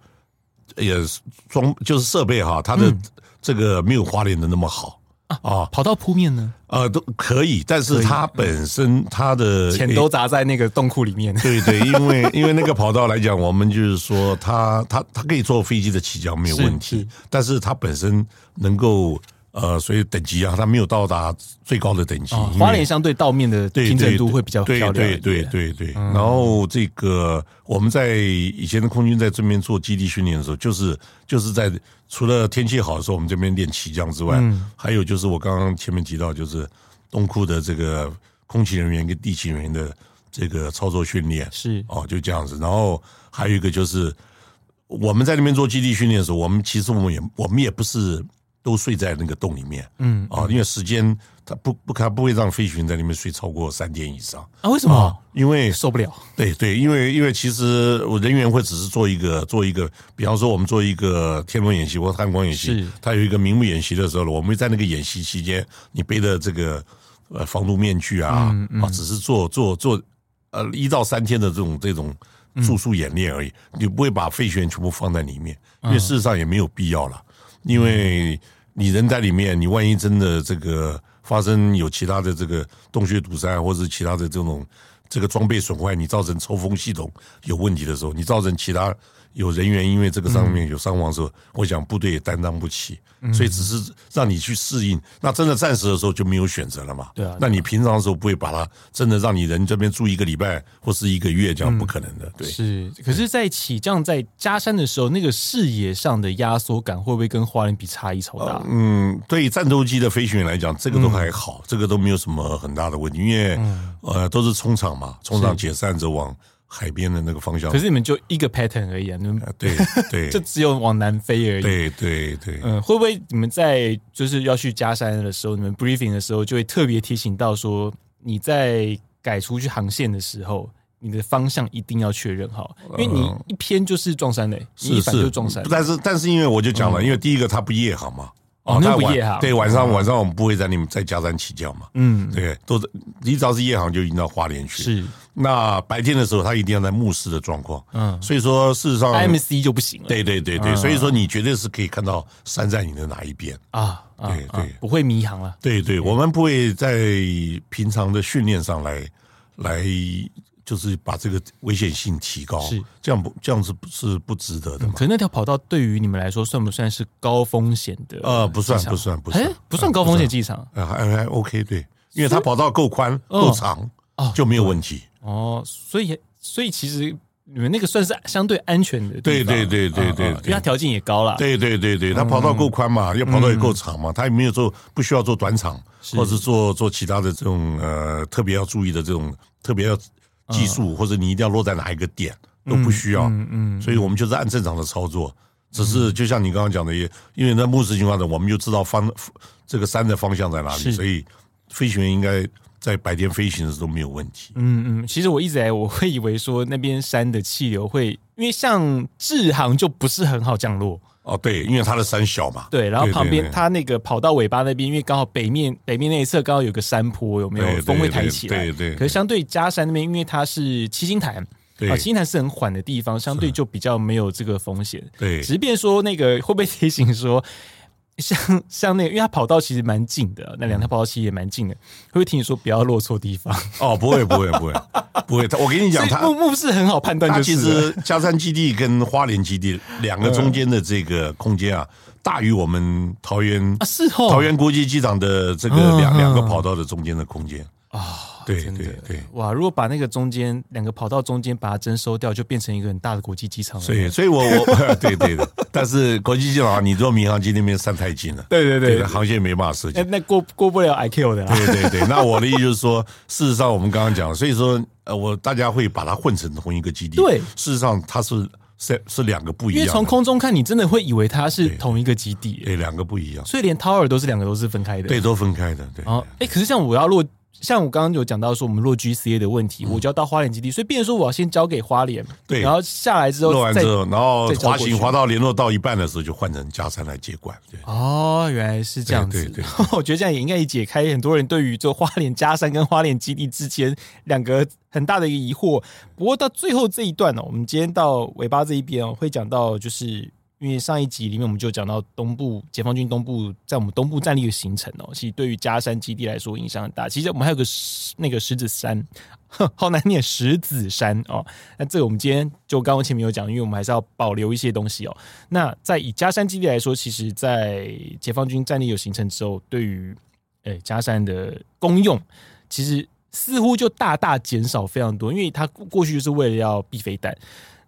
Speaker 2: 也是装就是设备哈，它
Speaker 1: 嗯
Speaker 2: 的这个没有花莲的那么好啊，
Speaker 1: 跑到铺面呢，
Speaker 2: 呃都可以，但是它本身它的
Speaker 1: 钱都砸在那个洞库里面。
Speaker 2: 对对，因为 因为那个跑道来讲，我们就是说它它它可以做飞机的起降没有问
Speaker 1: 是
Speaker 2: 题，但是它本身能够呃，所以等级啊，它没有到达最高的等级。
Speaker 1: 哦
Speaker 2: 因为
Speaker 1: 花莲相对道面的
Speaker 2: 对
Speaker 1: 平整度会比较漂
Speaker 2: 对
Speaker 1: 亮一
Speaker 2: 对
Speaker 1: 点。
Speaker 2: 对对对。然后这个我们在以前的空军在这边做基地训练的时候，就是就是在除了天气好的时候，我们这边练起降之外，还有就是我刚刚前面提到，就是东库的这个空勤人员跟地勤人员的这个操作训练
Speaker 1: 是
Speaker 2: 哦，就这样子。然后还有一个就是我们在那边做基地训练的时候，我们其实我们也我们也不是都睡在那个洞里面，嗯啊，因为时间它不不它不会让飞行员在里面睡超过三天以上
Speaker 1: 啊，为什么？
Speaker 2: 因为
Speaker 1: 受不了
Speaker 2: 对对，因为因为其实我人员会只是做一个做一个，比方说我们做一个天文演习或汉光演习
Speaker 1: 是，
Speaker 2: 它有一个明目演习的时候，我们会在那个演习期间，你背的这个呃防毒面具啊、
Speaker 1: 嗯
Speaker 2: 啊，只是做做做呃一到三天的这种这种
Speaker 1: 嗯
Speaker 2: 住宿演练而已，你不会把飞行员全部放在里面，因
Speaker 1: 嗯
Speaker 2: 为事实上也没有必要了，因为你人在里面，你万一真的这个发生有其他的这个洞穴堵塞，或者是其他的这种这个装备损坏，你造成抽风系统有问题的时候，你造成其他有人员因为这个上
Speaker 1: 嗯
Speaker 2: 面有伤亡的时候，我想部队也担当不起，所以只是让你去适应。那真的战时的时候就没有选择了嘛？
Speaker 1: 对啊
Speaker 2: 那你平常的时候不会把它真的让你人这边住一个礼拜或是一个月，这样不可能的。
Speaker 1: 嗯
Speaker 2: 对，
Speaker 1: 是，可是，在起降在加山的时候，那个视野上的压缩感会不会跟花莲比差异超大？
Speaker 2: 嗯，对于战斗机的飞行员来讲，这个都还好，这个都没有什么很大的问题，因为、
Speaker 1: 嗯
Speaker 2: 呃都是冲场嘛，冲场解散着往海边的那个方向。
Speaker 1: 可是你们就一个 pattern 而已啊，你们
Speaker 2: 呃对 对
Speaker 1: 就只有往南飞而已。
Speaker 2: 对对对，
Speaker 1: 嗯，会不会你们在就是要去加山的时候，你们 briefing 的时候就会特别提醒到说，你在改出去航线的时候，你的方向一定要确认好，因为你一偏就是撞山嘞、你一
Speaker 2: 嗯是
Speaker 1: 反就是撞山，
Speaker 2: 但是但是因为我就讲了，因为第一个它不夜航嘛，
Speaker 1: 哦那
Speaker 2: 它
Speaker 1: 不
Speaker 2: 晚
Speaker 1: 夜航
Speaker 2: 对，晚上晚上我们不会在你们在加山起降嘛，
Speaker 1: 嗯，
Speaker 2: 对，都是你只要是夜航就已经到花莲去，
Speaker 1: 是
Speaker 2: 那白天的时候它一定要在牧师的状况，
Speaker 1: 嗯
Speaker 2: 所以说事实上
Speaker 1: IMC 就不行了，
Speaker 2: 对对对
Speaker 1: 嗯
Speaker 2: 对，所以说你绝对是可以看到山在你的哪一边。
Speaker 1: 啊，啊
Speaker 2: 对
Speaker 1: 啊
Speaker 2: 对
Speaker 1: 不会迷航了，
Speaker 2: 对对，我们不会在平常的训练上来来，就是把这个危险性提高，
Speaker 1: 是嗯
Speaker 2: 这样不这样是不是不值得的嘛？
Speaker 1: 可是那条跑道对于你们来说算不算是高风险的？
Speaker 2: 呃，不算
Speaker 1: 机场
Speaker 2: 不算不
Speaker 1: 哎、
Speaker 2: 算，
Speaker 1: 不算高风险机场
Speaker 2: 呃，还还 OK 对，因为它跑道够宽够长
Speaker 1: 哦
Speaker 2: 就没有问题。
Speaker 1: 哦，所以所以其实你们那个算是相对安全的地
Speaker 2: 对
Speaker 1: 方，
Speaker 2: 对对对
Speaker 1: 啊啊
Speaker 2: 对
Speaker 1: 因为它
Speaker 2: 对。
Speaker 1: 条件也高了，
Speaker 2: 对对
Speaker 1: 嗯
Speaker 2: 对对，它跑道够宽嘛，要跑道也够长嘛，它也没有做不需要做短场，或者是做做其他的这种呃特别要注意的这种特别要技术，或者你一定要落在哪一个点，都不需要，
Speaker 1: 嗯嗯，
Speaker 2: 所以我们就是按正常的操作。只是就像你刚刚讲的，也因为在目视情况下，我们就知道方这个山的方向在哪
Speaker 1: 是
Speaker 2: 里，所以飞行员应该在白天飞行的时候都没有问题。
Speaker 1: 嗯嗯，其实我一直以来我会以为说那边山的气流会，因为像智航就不是很好降落，
Speaker 2: 哦，对，因为它的山小嘛，
Speaker 1: 对，然后旁
Speaker 2: 对
Speaker 1: 边
Speaker 2: 对
Speaker 1: 它那个跑道尾巴那边，因为刚好北面北面那一侧刚好有个山坡，有没
Speaker 2: 对
Speaker 1: 有
Speaker 2: 对
Speaker 1: 风会抬起来？
Speaker 2: 对对对
Speaker 1: 可是相对嘉山那边，因为它是七星潭。
Speaker 2: 对
Speaker 1: 啊，七星潭是很缓的地方，相对就比较没有这个风险。
Speaker 2: 对
Speaker 1: 即便说那个会不会提醒说，像像那个，因为它跑道其实蛮近的，啊那两
Speaker 2: 嗯
Speaker 1: 条跑道其实也蛮近的，会不会提醒说不要落错地方？
Speaker 2: 哦，不会不会不会 不会，它我跟你讲，
Speaker 1: 所以
Speaker 2: 它
Speaker 1: 目目视很好判断，
Speaker 2: 它
Speaker 1: 就
Speaker 2: 其
Speaker 1: 是了
Speaker 2: 实嘉山基地跟花莲基地两个中间的这个空间啊，大于我们桃园
Speaker 1: 啊，是哦，
Speaker 2: 桃园国际机场的这个
Speaker 1: 嗯嗯
Speaker 2: 两两个跑道的中间的空间。
Speaker 1: 啊，
Speaker 2: 对
Speaker 1: 真的
Speaker 2: 对对
Speaker 1: 哇！如果把那个中间两个跑道中间把它征收掉，就变成一个很大的国际机场了。
Speaker 2: 所以，所以我 我对对的，但是国际机场啊，你坐民航机那边山太近了，
Speaker 1: 对对对哎
Speaker 2: 对的，航线没办法设计
Speaker 1: 那。那过过不了 IQ 的啦。
Speaker 2: 对对对，那我的意思就是说，事实上我们刚刚讲，所以说呃，我大家会把它混成同一个基地。
Speaker 1: 对
Speaker 2: 事实上它是是是两个不一
Speaker 1: 因为
Speaker 2: 样
Speaker 1: 从
Speaker 2: 的，
Speaker 1: 空中看，你真的会以为它是同一个基地耶，
Speaker 2: 对，两个不一样，
Speaker 1: 所以连 tower 都是两个都是分开的。
Speaker 2: 对，，都分开的，对
Speaker 1: 然。后哎，可是像我要落，像我刚刚有讲到说我们落 GCA 的问题，我就要到花莲基地，所以变成说我要先交给花莲，
Speaker 2: 嗯对
Speaker 1: 然后下来之后
Speaker 2: 弄完
Speaker 1: 再
Speaker 2: 之后，然后
Speaker 1: 再交
Speaker 2: 滑
Speaker 1: 过去
Speaker 2: 行滑到联络到一半的时候，就换成加山来接管。对，
Speaker 1: 哦，原来是这样子。
Speaker 2: 对对
Speaker 1: 我觉得这样也应该也解开很多人对于这花莲加山跟花莲基地之间两个很大的一个疑惑。不过到最后这一段呢、哦我们今天到尾巴这一边哦，会讲到就是。因为上一集里面我们就讲到东部解放军东部在我们东部战力的形成哦，其实对于加山基地来说影响很大。其实我们还有个石那个石子山， 哼好难念石子山哦。那这个我们今天就刚刚前面有讲，因为我们还是要保留一些东西哦。那在以嘉山基地来说，其实，在解放军战力有形成之后，对于呃嘉山的功用，其实似乎就大大减少非常多，因为它过过去就是为了要避飞弹。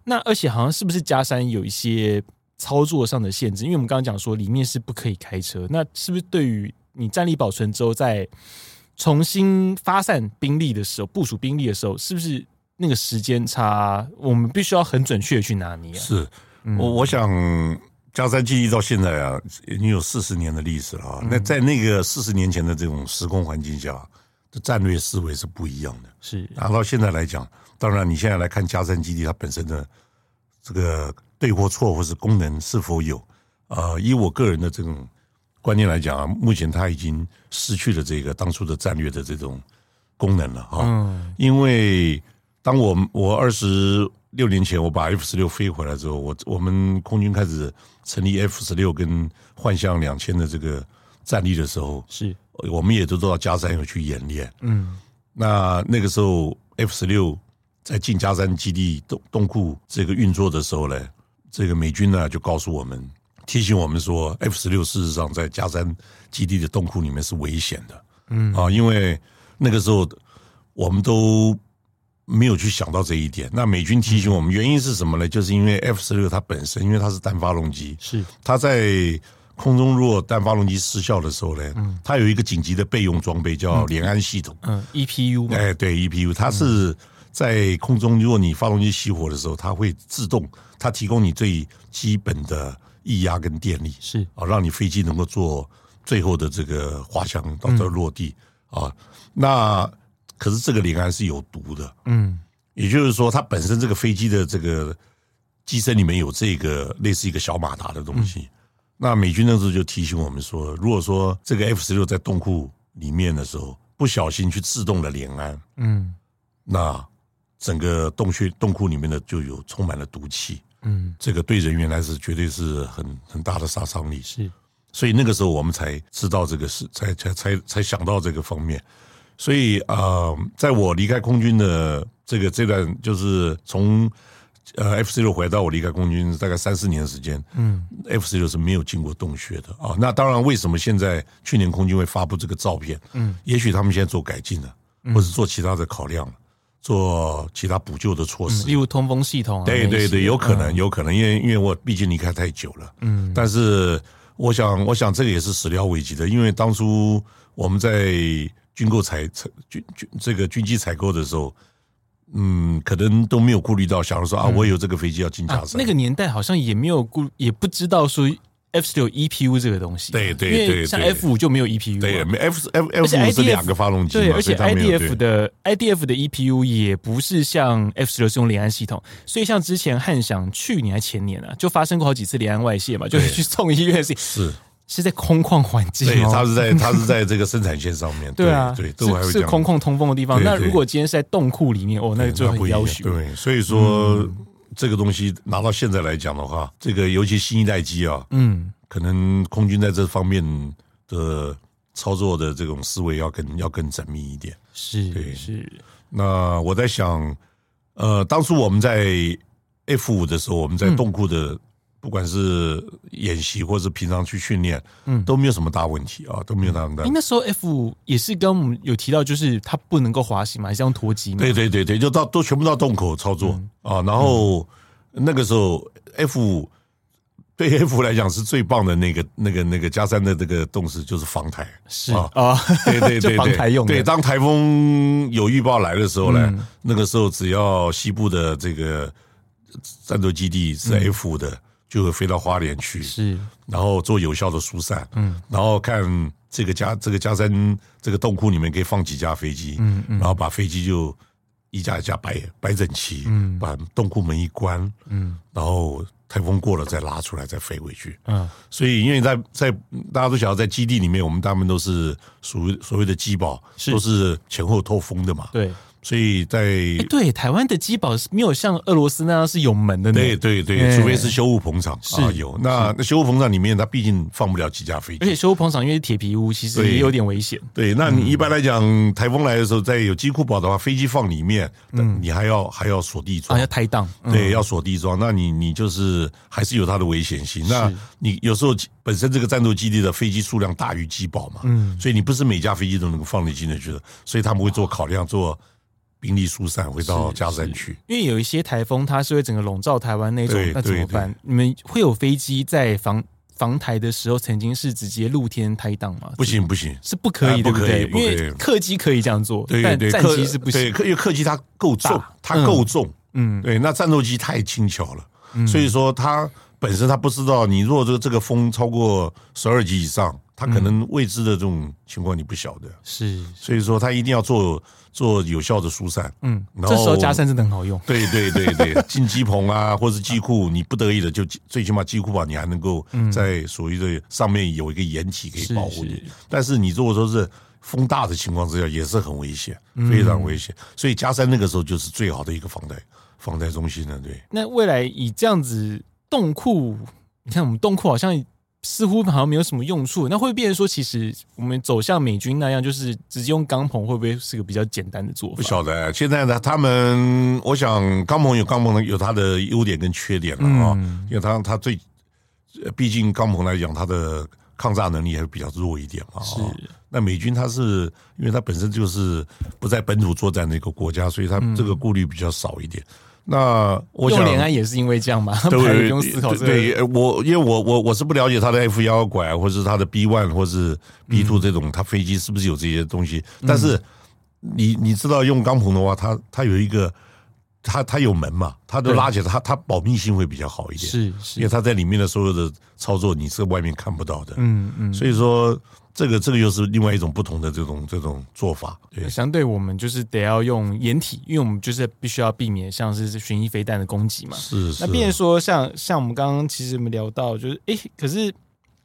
Speaker 1: 那而且好像是不是嘉山有一些操作上的限制？因为我们刚刚讲说里面是不可以开车，那是不是对于你战力保存之后，在重新发散兵力的时候，部署兵力的时候，是不是那个时间差，我们必须要很准确地去拿捏、啊？
Speaker 2: 是我我想加山基地到现在啊，已经有四十年的历史了啊。那
Speaker 1: 嗯
Speaker 2: 在那个四十年前的这种时空环境下，这战略思维是不一样的。
Speaker 1: 是
Speaker 2: 拿到现在来讲，当然你现在来看加山基地它本身的这个对或错或是功能是否有，呃，以我个人的这种观念来讲啊，目前它已经失去了这个当初的战略的这种功能了啊。
Speaker 1: 嗯
Speaker 2: 因为当我我二十六年前我把 F 十六飞回来之后，我我们空军开始成立 F 十六跟幻象两千的这个战力的时候，
Speaker 1: 是，
Speaker 2: 我们也都知道加山有去演练。
Speaker 1: 嗯，
Speaker 2: 那那个时候 F 十六在进加山基地东东库这个运作的时候呢，这个美军呢就告诉我们，提醒我们说，F 十六事实上在加山基地的洞库里面是危险的。嗯啊，因为那个时候我们都没有去想到这一点。那美军提醒我们，原因是什么呢？就是因为 F 十六它本身，因为它是单发动机，
Speaker 1: 是
Speaker 2: 它在空中如果单发动机失效的时候呢，它有一个紧急的备用装备叫联安系统。
Speaker 1: 嗯，EPU 嘛，
Speaker 2: 哎，对，EPU，它是在空中，如果你发动机熄火的时候，它会自动，它提供你最基本的液压跟电力，
Speaker 1: 是
Speaker 2: 啊，让你飞机能够做最后的这个滑翔到这落地、啊。那可是这个磷胺是有毒的，
Speaker 1: 嗯
Speaker 2: 也就是说，它本身这个飞机的这个机身里面有这个类似一个小马达的东西。那美军那时候就提醒我们说，如果说这个 F 十六在洞库里面的时候不小心去制动了联安，
Speaker 1: 嗯
Speaker 2: 那整个洞穴洞库里面的就有充满了毒气，
Speaker 1: 嗯，
Speaker 2: 这个对人员来说绝对是很很大的杀伤力。
Speaker 1: 是
Speaker 2: 所以那个时候我们才知道这个事，才才才才想到这个方面。所以呃，在我离开空军的这个这段，就是从呃 F 十六回到我离开空军大概三四年的时间，嗯，F 十六是没有经过洞穴的啊。那当然，为什么现在去年空军会发布这个照片？嗯，也许他们现在做改进了，或是做其他的考量了，做其他补救的措施。
Speaker 1: 例如通风系统啊，
Speaker 2: 嗯
Speaker 1: 那
Speaker 2: 对
Speaker 1: 一
Speaker 2: 哎对
Speaker 1: 些
Speaker 2: 对，有可能，有可能，因为因为我毕竟离开太久了，嗯，但是我想，我想这个也是始料未及的，因为当初我们在军购采采军军这个军机采购的时候，嗯，可能都没有顾虑到，想着说啊，我有这个飞机要进
Speaker 1: 嗯啊
Speaker 2: 加，山，
Speaker 1: 那个年代好像也没有顾，也不知道说 F 十六 EPU 这个东西，啊
Speaker 2: 对对
Speaker 1: 因为
Speaker 2: 对
Speaker 1: 像
Speaker 2: 对
Speaker 1: F 五就没有 EPU，
Speaker 2: 对
Speaker 1: 啊
Speaker 2: F F
Speaker 1: 而
Speaker 2: F
Speaker 1: 且
Speaker 2: 五是
Speaker 1: IDF
Speaker 2: 两个发动机
Speaker 1: 对，
Speaker 2: 嘛，
Speaker 1: 而且
Speaker 2: 所以它没有
Speaker 1: IDF
Speaker 2: 对
Speaker 1: 的 IDF 的 EPU 也不是像 F 十六是用联安系统，所以像之前汉翔去年还前年啊，就发生过好几次联安外泄嘛，就是去送医院的事情，
Speaker 2: 是，
Speaker 1: 是在空旷环境、
Speaker 2: 对，
Speaker 1: 哦，
Speaker 2: 它是在它是 在这个生产线上面，
Speaker 1: 对啊，
Speaker 2: 对，都还
Speaker 1: 是
Speaker 2: 会
Speaker 1: 是
Speaker 2: 这样
Speaker 1: 空旷通风的地方。
Speaker 2: 对
Speaker 1: 那
Speaker 2: 对
Speaker 1: 如果今天是在洞库里面，哦，那就
Speaker 2: 那
Speaker 1: 很
Speaker 2: 不一
Speaker 1: 要
Speaker 2: 样
Speaker 1: 求。嗯
Speaker 2: 对，所以说这个东西拿到现在来讲的话，这个尤其新一代机啊，
Speaker 1: 嗯，
Speaker 2: 可能空军在这方面的操作的这种思维要更要更缜密一点。
Speaker 1: 是
Speaker 2: 对
Speaker 1: 是，
Speaker 2: 那我在想，呃，当初我们在 F 五的时候，我
Speaker 1: 嗯
Speaker 2: 们在洞库的、不管是演习或是平常去训练，
Speaker 1: 嗯
Speaker 2: 都没有什么大问题啊，都没有大问题。
Speaker 1: 哎，那时候 F 五也是刚刚我们有提到，就是它不能够滑行嘛，还是用拖机嘛。
Speaker 2: 对对对对，就到都全部到洞口操作、
Speaker 1: 嗯
Speaker 2: 啊。然后、那个时候 F 五对 F 五来讲是最棒的那个那个那个加三的这个动势就是防台
Speaker 1: 是
Speaker 2: 啊。
Speaker 1: 啊，
Speaker 2: 对 对
Speaker 1: 就
Speaker 2: 对
Speaker 1: 防台
Speaker 2: 对，
Speaker 1: 用的嗯
Speaker 2: 对，当台风有预报来的时候呢，那个时候只要西部的这个战斗基地是
Speaker 1: 嗯
Speaker 2: F 五的，就会飞到花莲去。
Speaker 1: 是
Speaker 2: 然后做有效的疏散，嗯，然后看这个加这个加山这个洞窟里面可以放几架飞机，嗯嗯，然后把飞机就一架一架摆摆整齐，嗯，把洞窟门一关，嗯，然后台风过了再拉出来再飞回去，
Speaker 1: 嗯，
Speaker 2: 所以因为在在大家都晓得在基地里面，我们大部分都是属于所谓的机保，
Speaker 1: 是
Speaker 2: 都是前后透风的嘛，，
Speaker 1: 对。
Speaker 2: 所以在
Speaker 1: 哎，对，台湾的机堡是没有像俄罗斯那样是有门的呢，
Speaker 2: 对对对，
Speaker 1: 哎
Speaker 2: 除非是修护棚厂啊有，那那修护棚厂里面它毕竟放不了几架飞机，
Speaker 1: 而且修棚厂因为是铁皮屋，其实
Speaker 2: 对
Speaker 1: 也有点危险。
Speaker 2: 对，那你一般来讲，台风来的时候，在有机库堡的话，飞机放里面，你还要还要锁地
Speaker 1: 嗯啊，
Speaker 2: 桩
Speaker 1: 要，抬档，嗯
Speaker 2: 对，要锁地桩，那你你就是还是有它的危险性。那你有时候本身这个战斗基地的飞机数量大于机堡嘛，
Speaker 1: 嗯
Speaker 2: 所以你不是每架飞机都能够放得进去的，所以他们会做考量，做兵力疏散，会到加山去。
Speaker 1: 因为有一些台风，它是会整个笼罩台湾那种
Speaker 2: 对，
Speaker 1: 那怎么
Speaker 2: 对
Speaker 1: 办？你们会有飞机在防防台的时候，曾经是直接露天抬档吗？
Speaker 2: 不，行不行，
Speaker 1: 是不可以，
Speaker 2: 哎
Speaker 1: 对
Speaker 2: 不
Speaker 1: 不
Speaker 2: 可以
Speaker 1: 对？因
Speaker 2: 不可以
Speaker 1: 为客机可以这样做，
Speaker 2: 对
Speaker 1: 但
Speaker 2: 对，
Speaker 1: 战
Speaker 2: 客
Speaker 1: 机是不
Speaker 2: 对
Speaker 1: 行。
Speaker 2: 客因为客机它够重
Speaker 1: 大，
Speaker 2: 它够重，
Speaker 1: 嗯，
Speaker 2: 对，那战斗机太轻巧了，所以说它本身它不知道，你如果这个这个风超过十二级以上，它
Speaker 1: 嗯
Speaker 2: 可能未知的这种情况你不晓得，
Speaker 1: 是，
Speaker 2: 所以说它一定要做做有效的疏散。
Speaker 1: 嗯，
Speaker 2: 然后
Speaker 1: 这时候加山真的很好用，
Speaker 2: 对对对对， 进机棚啊，或是机库，你不得已的就最起码机库吧，你还能够在所谓的上面有一个掩体可以
Speaker 1: 是
Speaker 2: 保护
Speaker 1: 嗯是
Speaker 2: 你。但是你如果说是风大的情况之下，也是很危险，
Speaker 1: 嗯
Speaker 2: 非常危险。所以加山那个时候就是最好的一个防台防台中心了，对。
Speaker 1: 那未来以这样子洞库，你看我们洞库好像似乎好像没有什么用处，那会变成说，其实我们走向美军那样，就是直接用钢棚，会不会是个比较简单的做
Speaker 2: 不
Speaker 1: 法？
Speaker 2: 晓得，现在呢，他们我想钢棚有钢棚的有它的优点跟缺点了
Speaker 1: 嗯
Speaker 2: 啊、因为它它最，呃毕竟钢棚来讲，它的抗炸能力还是比较弱一点嘛、哦。
Speaker 1: 是
Speaker 2: 那美军它是因为它本身就是不在本土作战的一个国家，所以它这个顾虑比较少一点。那我
Speaker 1: 嗯
Speaker 2: 想
Speaker 1: 用联安也是因为这样嘛，排
Speaker 2: 对
Speaker 1: 也不用思考这个。
Speaker 2: 对，呃我因为我我我是不了解他的 F 幺拐，啊或是他的 B one 或是 B
Speaker 1: 嗯
Speaker 2: two 这种，他飞机是不是有这些东西？但是你你知道用钢棚的话，它它有一个，它它有门嘛，它都
Speaker 1: 对
Speaker 2: 拉起来，它它保密性会比较好一点。
Speaker 1: 是
Speaker 2: 因为
Speaker 1: 是，
Speaker 2: 它在里面的所有的操作，你是外面看不到的。
Speaker 1: 嗯嗯。
Speaker 2: 所以说，这个这个又是另外一种不同的这种这种做法。对
Speaker 1: 相对我们就是得要用掩体，因为我们就是必须要避免像是巡弋飞弹的攻击嘛。
Speaker 2: 是是
Speaker 1: 那。变成说像像我们刚刚其实我们聊到，就是诶，可是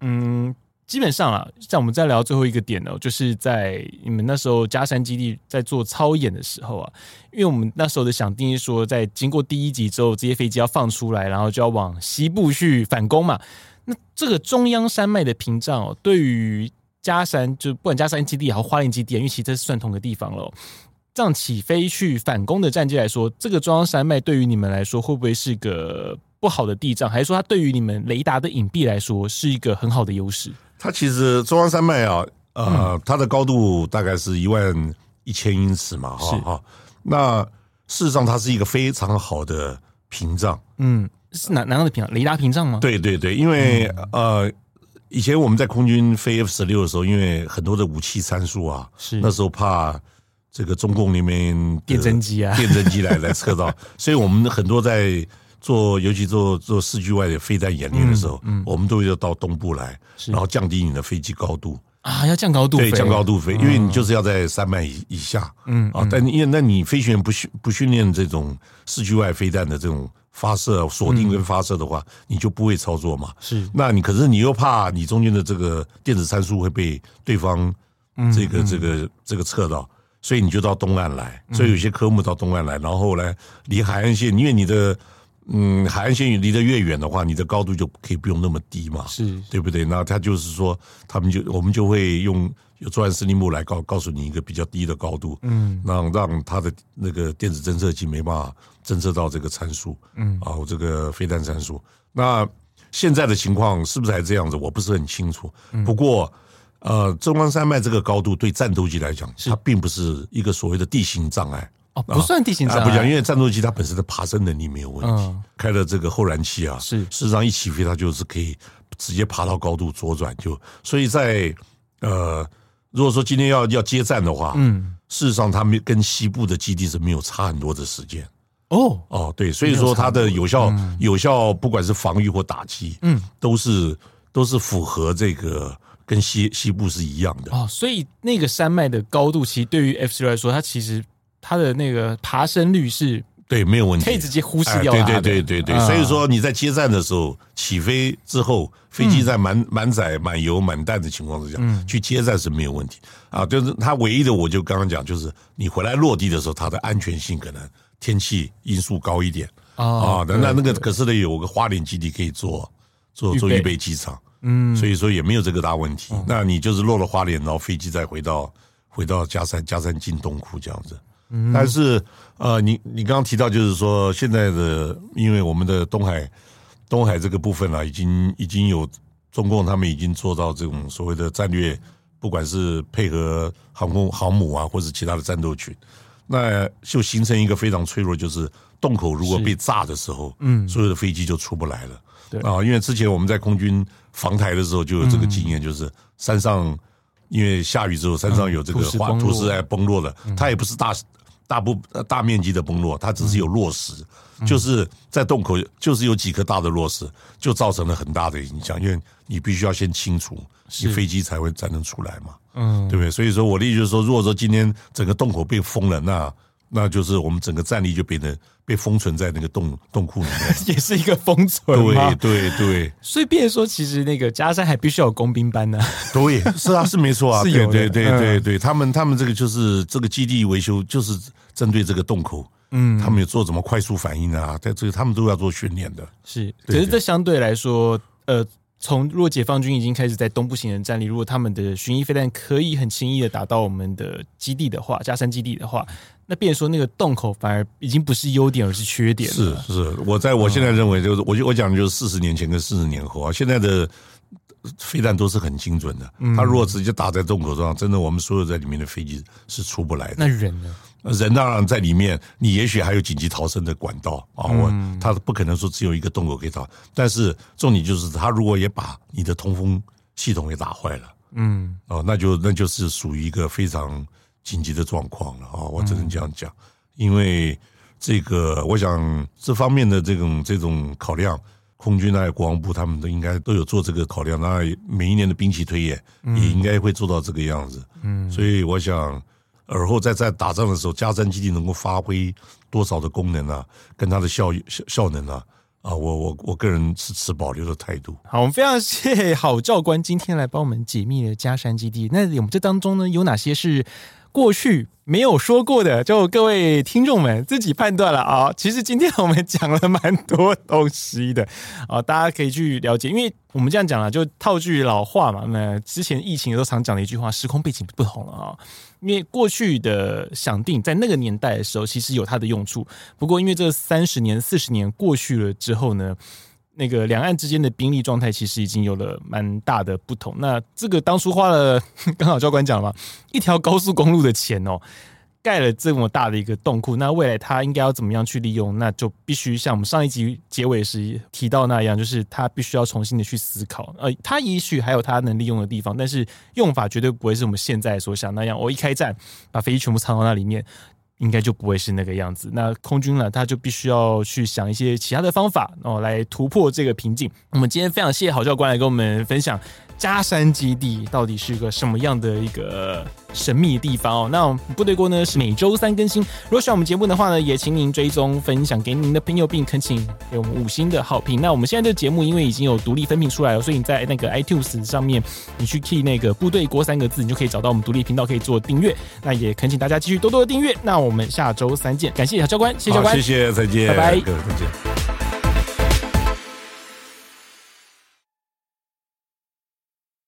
Speaker 1: 嗯，基本上啊，像我们再聊最后一个点呢、就是在你们那时候嘉山基地在做操演的时候啊，因为我们那时候的想定义说，在经过第一集之后，这些飞机要放出来，然后就要往西部去反攻嘛。那这个中央山脉的屏障哦，对于嘉山就不管嘉山基地也好，花莲基地啊，因为其实这是算同个地方了哦、这样起飞去反攻的战机来说，这个中央山脉对于你们来说会不会是个不好的地障，还是说它对于你们雷达的隐蔽来说是一个很好的优势？
Speaker 2: 它其实中央山脉啊，呃，
Speaker 1: 嗯
Speaker 2: 它的高度大概是一万一千英尺嘛，哈
Speaker 1: 是
Speaker 2: 哈。那事实上，它是一个非常好的屏障。
Speaker 1: 嗯，是哪哪样的屏障？雷达屏障吗？，
Speaker 2: 对对对，因为、
Speaker 1: 嗯
Speaker 2: 呃，以前我们在空军飞 F 十六的时候，因为很多的武器参数啊，
Speaker 1: 是
Speaker 2: 那时候怕这个中共那边的
Speaker 1: 电侦机啊
Speaker 2: 电侦机来来测 到，所以我们很多在做，尤其做做市区外的飞弹演练的时候，
Speaker 1: 嗯
Speaker 2: 我们都要到东部来，然后降低你的飞机高度，
Speaker 1: 啊，要降高度，
Speaker 2: 对，降高，度飞，因为你就是要在三百以以下，嗯啊，但因为那你飞行员不训不训练这种市区外飞弹的这种发射锁定跟发射的话，你就不会操作嘛。
Speaker 1: 是
Speaker 2: 那你可是你又怕你中间的这个电子参数会被对方这个、这个这个测到，所以你就到东岸来。所以有些科目到东岸来，然后后来离海岸线，因为你的嗯海岸线离得越远的话，你的高度就可以不用那么低嘛，
Speaker 1: 是
Speaker 2: 对不对？那他就是说，他们就我们就会用有作案司令部来告告诉你一个比较低的高度，嗯，让让他的那个电子侦测器没办法侦测到这个参数，嗯，啊，我这个飞弹参数。那现在的情况是不是还这样子？我不是很清楚。不过，呃，中央山脉这个高度对战斗机来讲，它并不是一个所谓的地形障碍。
Speaker 1: 哦，不算地形障
Speaker 2: 啊，不讲，
Speaker 1: 碍，
Speaker 2: 因为战斗机它本身的爬升能力没有问题，
Speaker 1: 嗯
Speaker 2: 开了这个后燃器啊，
Speaker 1: 是
Speaker 2: 事实上一起飞它就是可以直接爬到高度左转就，所以在呃，如果说今天要要接战的话，嗯，事实上它们跟西部的基地是没有差很多的时间。
Speaker 1: 哦，
Speaker 2: 哦，对，所以说它的有效、有效，不管是防御或打击，嗯，都是都是符合这个跟西西部是一样的。
Speaker 1: 哦，所以那个山脉的高度，其实对于 F 十六来说，它其实它的那个爬升率是
Speaker 2: 对，没有问题，
Speaker 1: 可以直接忽视掉
Speaker 2: 哎
Speaker 1: 它的
Speaker 2: 对对对对对，
Speaker 1: 嗯
Speaker 2: 所以说你在接站的时候，起飞之后，飞机在
Speaker 1: 嗯
Speaker 2: 满满载、满油、满弹的情况之下，去接站是没有问题啊。就是它唯一的，我就刚刚讲，就是你回来落地的时候，它的安全性可能天气因素高一点
Speaker 1: 哦
Speaker 2: 啊。那那那个可是呢，有个花莲基地可以做做做
Speaker 1: 预备
Speaker 2: 预备机场，嗯，哦所以说也没有这个大问题。那你就是落了花莲，然后飞机再回到回到嘉山，嘉山进东库这样子。但是呃，你你刚刚提到就是说，现在的因为我们的东海东海这个部分啊，已经已经有中共他们已经做到这种所谓的战略，不管是配合航空航母啊，或是其他的战斗群，那就形成一个非常脆弱，就是洞口如果被炸的时候，嗯，所有的飞机就出不来了。
Speaker 1: 对
Speaker 2: 啊，因为之前我们在空军防台的时候就有这个经验，就是山上因为下雨之后，山上有这个
Speaker 1: 土石
Speaker 2: 花
Speaker 1: 崩落
Speaker 2: 土石哎崩落了，它也不是大大部呃大面积的崩落，它只是有落石，就是在洞口就是有几颗大的落石，就造成了很大的影响，因为你必须要先清除，你飞机才会才能出来嘛，嗯，对不对？所以说我的意思就是说，如果说今天整个洞口被封了，那那就是我们整个战力就变得被封存在那个洞洞库 里面。
Speaker 1: 也是一个封存嘛
Speaker 2: 对对对
Speaker 1: 所以变成说，其实那个加山还必须要有工兵班呢、
Speaker 2: 对，是啊，是没错啊，
Speaker 1: 是
Speaker 2: 对
Speaker 1: 有的
Speaker 2: 对对
Speaker 1: 嗯
Speaker 2: 对对，他们他们这个就是这个基地维修，就是针对这个洞口，嗯，他们有做什么快速反应啊，在这个他们都要做训练的，
Speaker 1: 是，可
Speaker 2: 对
Speaker 1: 是这相对来说，呃，从如果解放军已经开始在东部形成战力，如果他们的巡弋飞弹可以很轻易的打到我们的基地的话，加山基地的话，那变成说那个洞口反而已经不是优点，而是缺点
Speaker 2: 是
Speaker 1: 了。
Speaker 2: 是，我在我现在
Speaker 1: 嗯
Speaker 2: 认为就是，我就我讲的就是四十年前跟四十年后啊，现在的飞弹都是很精准的，
Speaker 1: 嗯
Speaker 2: 它如果直接打在洞口上，真的我们所有在里面的飞机是出不来的。
Speaker 1: 那人呢？
Speaker 2: 人当然在里面，你也许还有紧急逃生的管道啊。我他不可能说只有一个洞口可以逃，但是重点就是他如果也把你的通风系统给打坏了，嗯，哦，那就那就是属于一个非常紧急的状况了啊、我只
Speaker 1: 嗯
Speaker 2: 能这样讲，因为这个我想这方面的这种这种考量。空军啊，国防部他们都应该都有做这个考量，那每一年的兵棋推演
Speaker 1: 嗯
Speaker 2: 也应该会做到这个样子。嗯，所以我想，而后在在打仗的时候，加战基地能够发挥多少的功能啊，跟它的效效效能啊，啊，我我我个人是持保留的态度。
Speaker 1: 好，我们非常谢谢郝教官今天来帮我们解密了嘉山基地。那我们这当中呢，有哪些是过去没有说过的？就各位听众们自己判断了啊、其实今天我们讲了蛮多东西的啊、大家可以去了解。因为我们这样讲了，就套句老话嘛，那之前疫情的时候常讲的一句话，时空背景不同了啊、因为过去的想定在那个年代的时候，其实有它的用处。不过因为这三十年、四十年过去了之后呢，那个两岸之间的兵力状态其实已经有了蛮大的不同。那这个当初花了，刚好教官讲了嘛，一条高速公路的钱哦，盖了这么大的一个洞窟，那未来它应该要怎么样去利用？那就必须像我们上一集结尾时提到那样，就是它必须要重新的去思考。呃，它也许还有它能利用的地方，但是用法绝对不会是我们现在所想那样。我、一开战把飞机全部藏到那里面，应该就不会是那个样子。那空军呢，他就必须要去想一些其他的方法，哦，来突破这个瓶颈。我们今天非常谢谢郝教官来跟我们分享嘉山基地到底是个什么样的一个神秘地方哦。那我们部队锅呢是每周三更新，如果喜欢我们节目的话呢，也请您追踪分享给您的朋友，并恳请给我们五星的好评。那我们现在这个节目因为已经有独立分屏出来了，所以你在那个 iTunes 上面，你去 key 那个“部队锅”三个字，你就可以找到我们独立频道，可以做订阅。那也恳请大家继续多多的订阅。那我们下周三见，感谢小教官，谢谢教
Speaker 2: 好，
Speaker 1: 官，
Speaker 2: 谢谢，再见，
Speaker 1: 拜拜
Speaker 2: 各位再见。